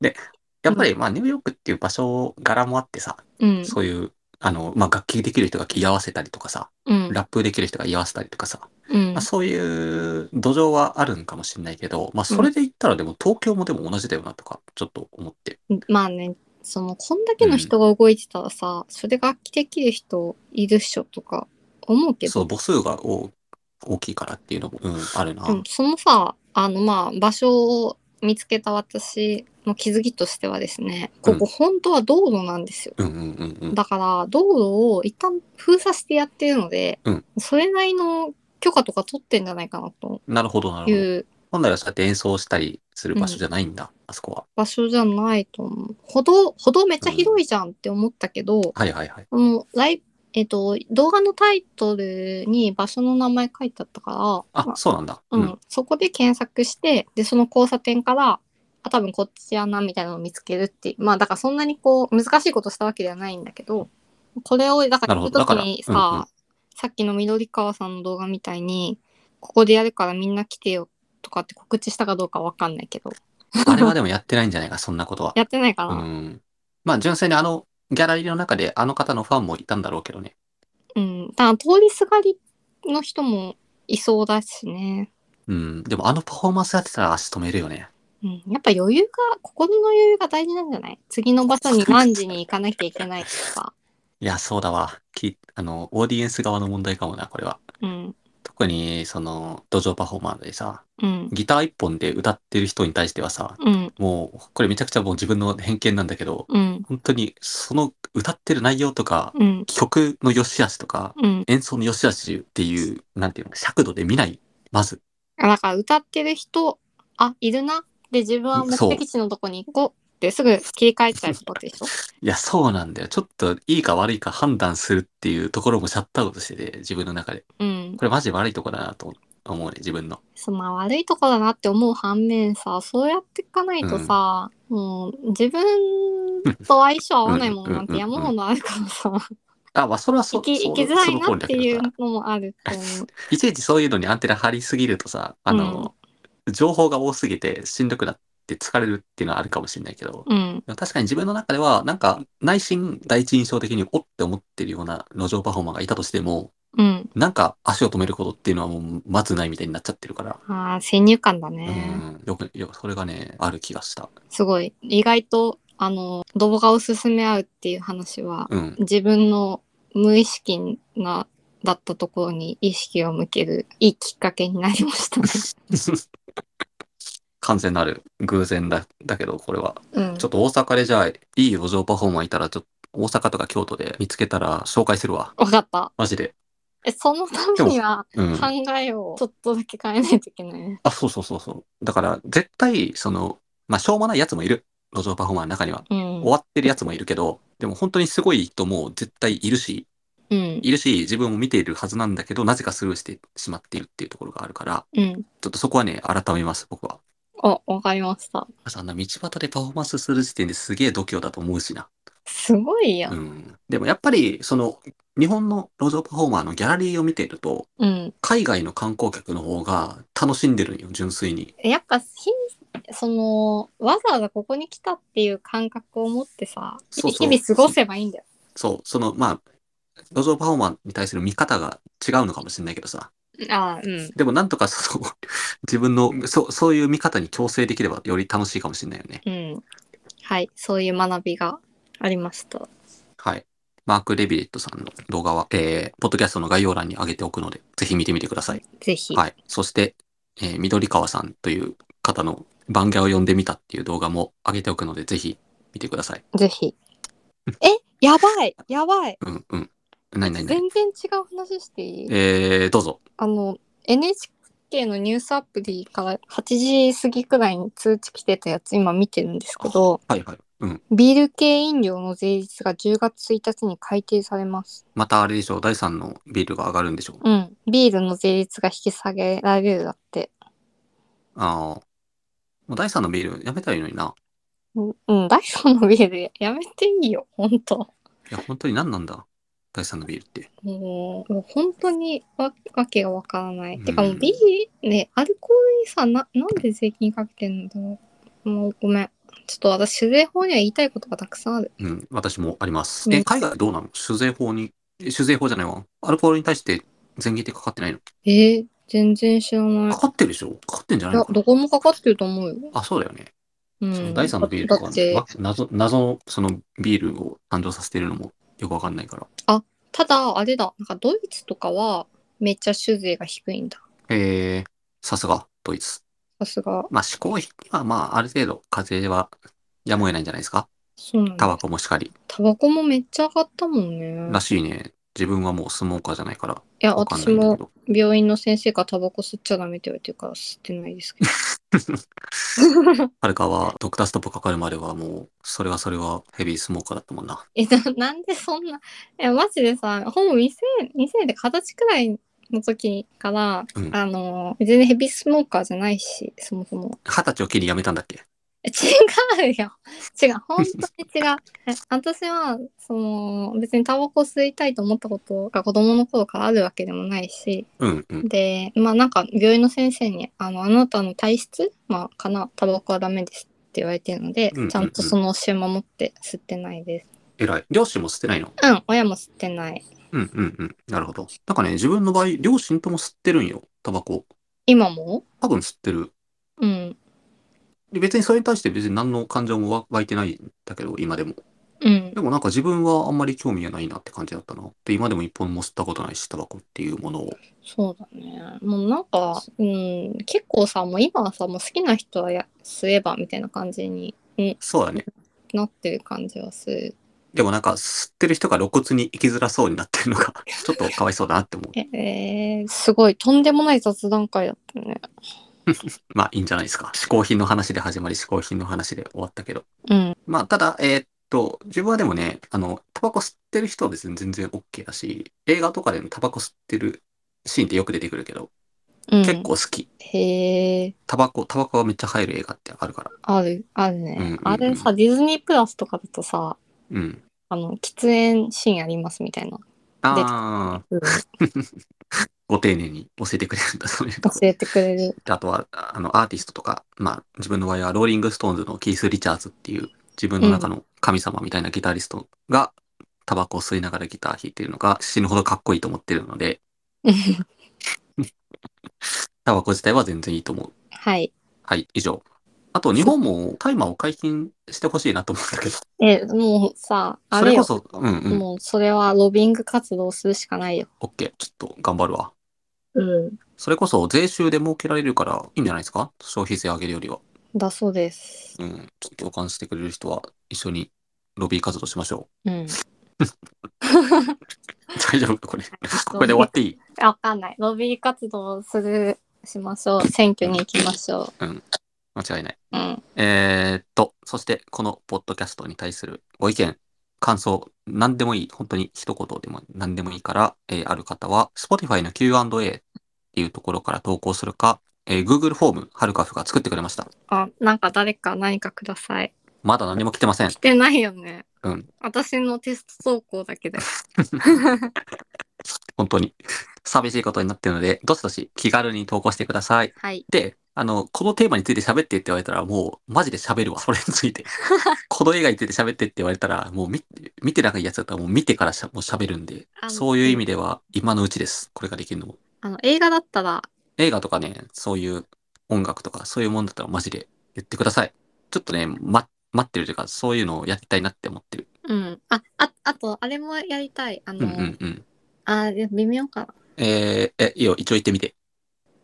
[SPEAKER 1] で、やっぱりまあニューヨークっていう場所柄もあってさ、
[SPEAKER 2] うん。
[SPEAKER 1] そういう、あの、まあ楽器できる人が居合わせたりとかさ、
[SPEAKER 2] うん。
[SPEAKER 1] ラップできる人が居合わせたりとかさ、
[SPEAKER 2] うん
[SPEAKER 1] まあ、。そういう土壌はあるんかもしれないけど、まあ、それで言ったらでも東京もでも同じだよなとか、ちょっと思って。
[SPEAKER 2] まあね、その、こんだけの人が動いてたらさ、それ楽器できる人いるっしょとか思うけど、
[SPEAKER 1] そう、母数が大大きいからっていうのも、うん、あるな。
[SPEAKER 2] でもそのさ、あのまあ、場所を見つけた私の気づきとしてはですね、こ
[SPEAKER 1] う
[SPEAKER 2] こ本当は道路なんですよ。
[SPEAKER 1] うんうんうんうん。
[SPEAKER 2] だから、道路を一旦封鎖してやってるので、
[SPEAKER 1] うん
[SPEAKER 2] それなりの許可とか取ってんじゃないかなと
[SPEAKER 1] なるほど、なる
[SPEAKER 2] い
[SPEAKER 1] ほど。
[SPEAKER 2] う
[SPEAKER 1] 本来はそうやって演奏したりする場所じゃないんだ、あそこは。
[SPEAKER 2] 場所じゃないと思う。歩道、歩道めっちゃ広いじゃんって思ったけど、
[SPEAKER 1] はいはいはい。
[SPEAKER 2] このライブえっと、動画のタイトルに場所の名前書いてあったから、
[SPEAKER 1] あ、
[SPEAKER 2] ま
[SPEAKER 1] そうなんだ。
[SPEAKER 2] あうん。そこで検索して、で、その交差点から、あ、多分こっちやな、みたいなのを見つけるっていう。まあ、だからそんなにこう、難しいことしたわけではないんだけど、これを、だから
[SPEAKER 1] なる
[SPEAKER 2] 聞
[SPEAKER 1] ほ
[SPEAKER 2] く
[SPEAKER 1] どだ
[SPEAKER 2] とき
[SPEAKER 1] から
[SPEAKER 2] に
[SPEAKER 1] うんうん
[SPEAKER 2] さ、さっきの緑川さんの動画みたいに、ここでやるからみんな来てよとかって告知したかどうかわかんないけど、
[SPEAKER 1] あれはでもやってないんじゃないか、そんなことは。
[SPEAKER 2] やってないか
[SPEAKER 1] う
[SPEAKER 2] な。
[SPEAKER 1] ん。まあ、純粋にあの、ギャラリーの中であの方のファンもいたんだろうけどね。
[SPEAKER 2] うん。だから通りすがりの人もいそうだしね。
[SPEAKER 1] うん。でもあのパフォーマンスやってたら足止めるよね。
[SPEAKER 2] うん、やっぱ余裕が、心の余裕が大事なんじゃない次の場所に何時に行かなきゃいけないとか。
[SPEAKER 1] いや、そうだわ。き、あの、オーディエンス側の問題かもな、これは。
[SPEAKER 2] うん、
[SPEAKER 1] 特に、その、土壌パフォーマーでさ、
[SPEAKER 2] うん、
[SPEAKER 1] ギター一本で歌ってる人に対してはさ、
[SPEAKER 2] うん、
[SPEAKER 1] もう、これめちゃくちゃもう自分の偏見なんだけど、
[SPEAKER 2] うん、
[SPEAKER 1] 本当に、その歌ってる内容とか、
[SPEAKER 2] うん、
[SPEAKER 1] 曲の良し悪しとか、
[SPEAKER 2] うん。
[SPEAKER 1] 演奏の良し悪しっていう、なんていうの、尺度で見ない、まず。
[SPEAKER 2] だから歌ってる人、あ、いるな。で、自分は目的地のとこに行こうってすぐ切り替えちゃうことでしょ
[SPEAKER 1] いや、そうなんだよ。ちょっと、いいか悪いか判断するっていうところもシャットアウトしてて、自分の中で。
[SPEAKER 2] うん。
[SPEAKER 1] これマジ悪いとこだなと思うね、自分の。
[SPEAKER 2] その悪いとこだなって思う反面さ、そうやっていかないとさ、もう自分と相性合わないものなんて山ほどあるからさ、
[SPEAKER 1] あ、まあ、それはそ
[SPEAKER 2] 生
[SPEAKER 1] う、
[SPEAKER 2] き、生きづ
[SPEAKER 1] そ
[SPEAKER 2] ら
[SPEAKER 1] そ
[SPEAKER 2] い
[SPEAKER 1] の通
[SPEAKER 2] な
[SPEAKER 1] り
[SPEAKER 2] っ
[SPEAKER 1] だ
[SPEAKER 2] て
[SPEAKER 1] けど
[SPEAKER 2] い
[SPEAKER 1] さ
[SPEAKER 2] うのもあると思う。
[SPEAKER 1] いちいちそういうのにアンテナ張りすぎるとさ、あの、情報が多すぎてしんどくなって疲れるっていうのはあるかもしれないけど、
[SPEAKER 2] うん。
[SPEAKER 1] でも確かに自分の中では、なんか内心第一印象的におって思ってるような路上パフォーマーがいたとしても、
[SPEAKER 2] うん。
[SPEAKER 1] なんか足を止めることっていうのはもうまずないみたいになっちゃってるから、
[SPEAKER 2] ああ、先入観だ
[SPEAKER 1] う
[SPEAKER 2] ね。
[SPEAKER 1] ん、よく、よ、それがね、ある気がした。
[SPEAKER 2] すごい。意外と、あの、動画を進め合うっていう話は、
[SPEAKER 1] うん。
[SPEAKER 2] 自分の無意識な、だったところに意識を向けるいいきっかけになり ましたね。
[SPEAKER 1] 完全なる偶然だ、だけど、これは。
[SPEAKER 2] うん
[SPEAKER 1] ちょ。っと大阪でじゃあ、いい路上パフォーマーいたら、ちょっと大阪とか京都で見つけたら紹介するわ。
[SPEAKER 2] わかった。
[SPEAKER 1] マジで。
[SPEAKER 2] え、そのためには
[SPEAKER 1] うん。
[SPEAKER 2] 考えをちょっとだけ変えないといけないね。
[SPEAKER 1] あ、そうそうそうそう。だから、絶対、その、まあ、しょうもないやつもいる。路上パフォーマーの中には。
[SPEAKER 2] うん
[SPEAKER 1] 終。わってるやつもいるけど、でも本当にすごい人も絶対いるし、
[SPEAKER 2] うん。
[SPEAKER 1] いるし、自分も見ているはずなんだけど、なぜかスルーしてしまっているっていうところがあるから、
[SPEAKER 2] うん。
[SPEAKER 1] ちょっとそこはね、改めます、僕は。
[SPEAKER 2] お、わかりました。
[SPEAKER 1] あんな道端でパフォーマンスする時点ですげえ度胸だと思うしな。
[SPEAKER 2] すごいや。
[SPEAKER 1] うんん。でもやっぱり、その、日本の路上パフォーマーのギャラリーを見ていると、
[SPEAKER 2] うん。
[SPEAKER 1] 海外の観光客の方が楽しんでるんよ、純粋に。
[SPEAKER 2] やっぱひんそのわざわざここに来たっていう感覚を持ってさ
[SPEAKER 1] そうそう
[SPEAKER 2] 日々過ごせばいいんだよ。
[SPEAKER 1] そう、その、まあ、路上パフォーマーに対する見方が違うのかもしれないけどさ、
[SPEAKER 2] ああ、うん。
[SPEAKER 1] でもなんとかその 自分のそそういう見方に強制できればより楽しいかもしれないよね。
[SPEAKER 2] うん。はい。そういう学びがありました。
[SPEAKER 1] はい。マーク・レビレットさんの動画は、えー、ポッドキャストの概要欄に上げておくので、ぜひ見てみてください。
[SPEAKER 2] ぜひ。
[SPEAKER 1] はい。そして、えー、緑川さんという方の番外を読んでみたっていう動画も上げておくので、ぜひ見てください。
[SPEAKER 2] ぜひ。えやばいやばい
[SPEAKER 1] うんうん。なになになに
[SPEAKER 2] 全然違う話していい
[SPEAKER 1] えー、どうぞ。
[SPEAKER 2] あの、NHK のニュースアプリから8時過ぎくらいに通知来てたやつ今見てるんですけど、
[SPEAKER 1] はいはい。うん。
[SPEAKER 2] ビール系飲料の税率が10月1日に改定されます。
[SPEAKER 1] またあれでしょう、第3のビールが上がるんでしょう。
[SPEAKER 2] うん。ビールの税率が引き下げられるだって。
[SPEAKER 1] ああ。もう第3のビールやめたらいいのにな。
[SPEAKER 2] うんうん、ダイソンのビールやめていいよ、ほんと。
[SPEAKER 1] いや、本当に何なんだ。第3のビールって。
[SPEAKER 2] もう、もう本当にわわけがわからない。
[SPEAKER 1] うん
[SPEAKER 2] てかもうビール、ね、アルコールにさ、な、なんで税金かけてんのもうごめん。ちょっと私、酒税法には言いたいことがたくさんある。
[SPEAKER 1] うん、私もあります。
[SPEAKER 2] う
[SPEAKER 1] え、
[SPEAKER 2] ん
[SPEAKER 1] 海外どうなの酒税法に、え酒税法じゃないわ。アルコールに対して全義ってかかってないの
[SPEAKER 2] えー、全然知らない
[SPEAKER 1] か。かってるでしょかかってんじゃ
[SPEAKER 2] い
[SPEAKER 1] ないの、
[SPEAKER 2] や
[SPEAKER 1] かな
[SPEAKER 2] どこもかかってると思うよ。
[SPEAKER 1] あ、そうだよね。
[SPEAKER 2] う
[SPEAKER 1] その
[SPEAKER 2] ん。
[SPEAKER 1] 第3のビールと
[SPEAKER 2] だ
[SPEAKER 1] か
[SPEAKER 2] って、
[SPEAKER 1] わ謎、謎のそのビールを誕生させてるのもよくわかんないから。
[SPEAKER 2] ただ、あれだ、なんかドイツとかは、めっちゃ酒税が低いんだ。
[SPEAKER 1] えー、さすが、ドイツ。
[SPEAKER 2] さすが。
[SPEAKER 1] まあ、嗜好品は、まあ、ある程度、課税はやむを得ないんじゃないですか
[SPEAKER 2] そうなん
[SPEAKER 1] タ
[SPEAKER 2] だ。
[SPEAKER 1] バコもしかり。
[SPEAKER 2] タバコもめっちゃ上がったもんね。
[SPEAKER 1] らしいね。自分はもうスモーカーじゃないから、
[SPEAKER 2] いや、
[SPEAKER 1] わかん
[SPEAKER 2] 私
[SPEAKER 1] ないんだけ
[SPEAKER 2] も
[SPEAKER 1] ど。
[SPEAKER 2] 病院の先生がタバコ吸っちゃダメって言われてるから吸ってないですけど。
[SPEAKER 1] はるかは、ドクターストップかかるまではもう、それはそれはヘビースモーカーだったもんな。
[SPEAKER 2] えな なんでそんなえマジでさほぼ未成未成で二十歳くらいの時から、
[SPEAKER 1] うん
[SPEAKER 2] あの全然ヘビースモーカーじゃないしそもそも
[SPEAKER 1] 二十歳を機に辞めたんだっけ
[SPEAKER 2] え違うよ 違う本当に違う え私はその別にタバコ吸いたいと思ったことが子供の頃からあるわけでもないし
[SPEAKER 1] うんうん。
[SPEAKER 2] でまあなんか病院の先生に「あのあなたの体質、まあ、かなタバコはダメです」って言われてるので、
[SPEAKER 1] うんうんうん
[SPEAKER 2] ちゃんとその教え守って吸ってないです
[SPEAKER 1] 偉い。両親も吸ってないの
[SPEAKER 2] うん親も吸ってない
[SPEAKER 1] うんうんうん。なるほど。なんかね、自分の場合、両親とも吸ってるんよ。タバコ。
[SPEAKER 2] 今も
[SPEAKER 1] 多分吸ってる。
[SPEAKER 2] うん
[SPEAKER 1] で別にそれに対して別に何の感情もわ湧いてないんだけど、今でも。
[SPEAKER 2] うん
[SPEAKER 1] でもなんか自分はあんまり興味がないなって感じだったな。で、今でも一本も吸ったことないし、タバコっていうものを。
[SPEAKER 2] そうだねもうなんか、うん、結構さもう今はさもう好きな人はや吸えばみたいな感じに
[SPEAKER 1] そうだね。
[SPEAKER 2] なってる感じはする
[SPEAKER 1] でもなんか吸ってる人が露骨に生きづらそうになってるのが、ちょっとかわいそうだなって思う。
[SPEAKER 2] ええーすごいとんでもない雑談会だったね
[SPEAKER 1] まあいいんじゃないですか。嗜好品の話で始まり、嗜好品の話で終わったけど。
[SPEAKER 2] うん
[SPEAKER 1] まあ、ただ、えーっと、自分はでもね、あの、タバコ吸ってる人は別に全然 OK だし、映画とかでもタバコ吸ってるシーンってよく出てくるけど、
[SPEAKER 2] うん
[SPEAKER 1] 結構好き。
[SPEAKER 2] へえ
[SPEAKER 1] タバコ、タバコがめっちゃ入る映画ってあるから。
[SPEAKER 2] あるあるね、
[SPEAKER 1] うんうんうん
[SPEAKER 2] あれさディズニープラスとかだとさ
[SPEAKER 1] うん。
[SPEAKER 2] あの喫煙シーンありますみたいな、
[SPEAKER 1] ああ、
[SPEAKER 2] うん、
[SPEAKER 1] ご丁寧に教えてくれるんだ、そういう
[SPEAKER 2] 教
[SPEAKER 1] の。
[SPEAKER 2] えてくれ る
[SPEAKER 1] あとは、あの、アーティストとか、まあ、自分の場合は、ローリング・ストーンズのキース・リチャーズっていう、自分の中の神様みたいなギタリストが、タバコを吸いながらギター弾いてるのが死ぬほどかっこいいと思ってるので、タバコ自体は全然いいと思う。
[SPEAKER 2] はい
[SPEAKER 1] はい、以上。あと、日本も大麻を解禁してほしいなと思うんだけど、
[SPEAKER 2] えもうさあ
[SPEAKER 1] そ
[SPEAKER 2] れ
[SPEAKER 1] れ
[SPEAKER 2] よ
[SPEAKER 1] こそ、うんうん、
[SPEAKER 2] もうそれはロビング活動するしかないよ。
[SPEAKER 1] オッケー、ちょっと頑張るわ。
[SPEAKER 2] うん。
[SPEAKER 1] それこそ税収で設けられるからいいんじゃないですか消費税上げるよりは。
[SPEAKER 2] だそうです。
[SPEAKER 1] うん、ちょっと共感してくれる人は一緒にロビー活動しましょ
[SPEAKER 2] うん。
[SPEAKER 1] う。大丈夫これ。これで終わっていい
[SPEAKER 2] わかんない。ロビー活動をする、しましょう。選挙に行きましょ
[SPEAKER 1] 間違いない。
[SPEAKER 2] う。うん。
[SPEAKER 1] えーっと、そしてこのポッドキャストに対するご意見、感想、何でもいい、本当に一言でも何でもいいから、えーある方は、Spotify の Q&A っていうところから投稿するか、えー Google フォーム、はるかふが作ってくれました。
[SPEAKER 2] あ、なんか誰か何かください。
[SPEAKER 1] まだ何も来てません
[SPEAKER 2] 来。てないよね。
[SPEAKER 1] うん。
[SPEAKER 2] 私のテスト投稿だけで。
[SPEAKER 1] 本当に。寂しいことになってるので、どしどし気軽に投稿してください。
[SPEAKER 2] はい。
[SPEAKER 1] で、あの、このテーマについて喋ってって言われたら、もう、マジで喋るわ、それにつ いて。この映画について喋ってって言われたら、もう見、見てないやつだったら、もう見てからしゃもう喋るんで
[SPEAKER 2] あ、の
[SPEAKER 1] そういう意味では、今のうちです。これができるのも。
[SPEAKER 2] あの、映画だったら、
[SPEAKER 1] 映画とかね、そういう音楽とか、そういうもんだったらマジで言ってください。ちょっとね、ま、待ってるというか、そういうのをやりたいなって思ってる。
[SPEAKER 2] うん。あ、あ、あと、あれもやりたい。あ
[SPEAKER 1] う
[SPEAKER 2] の、
[SPEAKER 1] んうんうん。
[SPEAKER 2] あ、で微妙かな。
[SPEAKER 1] えー、え、いいよ、一応言ってみて。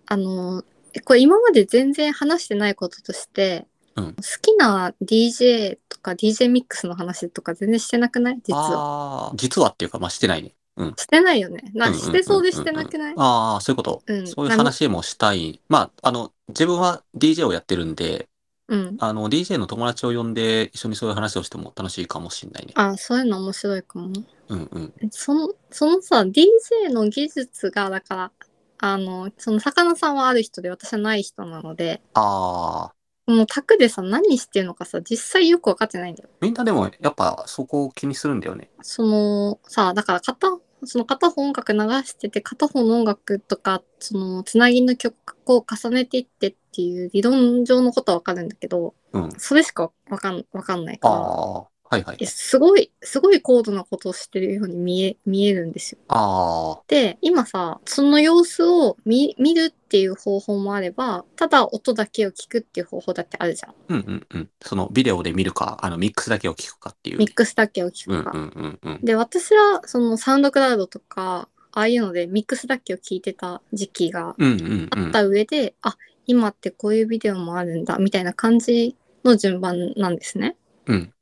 [SPEAKER 2] あの、これ今まで全然話してないこととして、
[SPEAKER 1] うん
[SPEAKER 2] 好きな DJ とか DJ ミックスの話とか全然してなくない実は。
[SPEAKER 1] ああー、実はっていうか、まあ、してないね。うん。
[SPEAKER 2] してないよね。な
[SPEAKER 1] うんん
[SPEAKER 2] か
[SPEAKER 1] うんうん
[SPEAKER 2] してそうでしてなくない、
[SPEAKER 1] ああ、そういうこと。
[SPEAKER 2] うん
[SPEAKER 1] そういう話もしたい。まあ、あの、自分は DJ をやってるんで、
[SPEAKER 2] うん。
[SPEAKER 1] あの、DJ の友達を呼んで、一緒にそういう話をしても楽しいかもしんないね。
[SPEAKER 2] あ、そういうの面白いかも。
[SPEAKER 1] うんうん。
[SPEAKER 2] その、そのさ、DJ の技術が、だから、あの、その、魚さんはある人で、私はない人なので、
[SPEAKER 1] ああ、
[SPEAKER 2] もう、宅でさ、何してるのかさ、実際よく分かってないんだよ。
[SPEAKER 1] みんなでも、やっぱ、そこを気にするんだよね。
[SPEAKER 2] その、さ、だから、片、その片方音楽流してて、片方の音楽とか、その、つなぎの曲を重ねていってっていう理論上のことは分かるんだけど、
[SPEAKER 1] うん。
[SPEAKER 2] それしか分かん、分かんない
[SPEAKER 1] あ
[SPEAKER 2] から。
[SPEAKER 1] あ、はいはい
[SPEAKER 2] え。すごい、すごい高度なことをしてるように見え、見えるんですよ。
[SPEAKER 1] あ
[SPEAKER 2] で今さその様子を見見るっていう方法もあればただ音だけを聞くっていう方法だってあるじゃん
[SPEAKER 1] あ、うんうんうん。その、ビデオで見るか、あの、ミックスだけを聞くかっていうね。
[SPEAKER 2] ミックスだけを聞
[SPEAKER 1] うん
[SPEAKER 2] くか。
[SPEAKER 1] うんうんうん。
[SPEAKER 2] で私はそのサウンドクラウドとかああいうのでミックスだけを聞いてた時期が
[SPEAKER 1] うんうんう
[SPEAKER 2] あっ
[SPEAKER 1] ん。
[SPEAKER 2] た上で、あ今ってこういうビデオもあるんだみたいな感じの順番なんですね。
[SPEAKER 1] うん。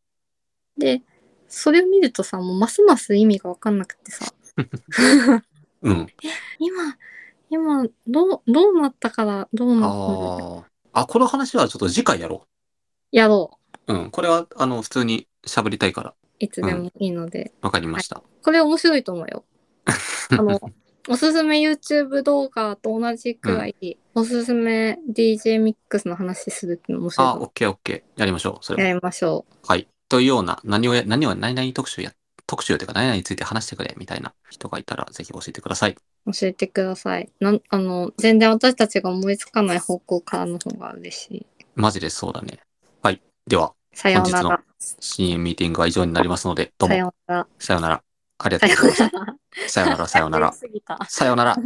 [SPEAKER 2] でそれを見るとさもうますます意味が分かんなくてさ
[SPEAKER 1] うん。
[SPEAKER 2] 今今どうどうなったからどうなったの
[SPEAKER 1] ああ。あ、この話はちょっと次回やろう。
[SPEAKER 2] やろう
[SPEAKER 1] うん、これは、あの、普通に喋りたいから、
[SPEAKER 2] いつでもいいので。
[SPEAKER 1] わかりました。
[SPEAKER 2] これ面白いと思う よ。あの、おすすめ YouTube 動画と同じくらい、おすすめ DJ ミックスの話するっていうの面白い
[SPEAKER 1] あ、
[SPEAKER 2] と
[SPEAKER 1] オ
[SPEAKER 2] 思。
[SPEAKER 1] ッケーオッケー。やりましょう、そうれも。
[SPEAKER 2] やりましょ
[SPEAKER 1] はい。というような、何をや、何を、何々特集や、特集というか、何々について話してくれ、みたいな人がいたら、ぜひ教えてください。
[SPEAKER 2] う。教えてください。なん、あの、全然私たちが思いつかない方向からの方が嬉しい。
[SPEAKER 1] マジでそうだね。はい。では、
[SPEAKER 2] さようなら。
[SPEAKER 1] 深夜ミーティングは以上になりますので、どう
[SPEAKER 2] さ
[SPEAKER 1] も、
[SPEAKER 2] ようなら。
[SPEAKER 1] さようなら。ありが
[SPEAKER 2] さ
[SPEAKER 1] とう
[SPEAKER 2] よ
[SPEAKER 1] ございま
[SPEAKER 2] う
[SPEAKER 1] す。
[SPEAKER 2] なら。
[SPEAKER 1] さようなら、さようなら
[SPEAKER 2] 早。すぎた。
[SPEAKER 1] さようなら。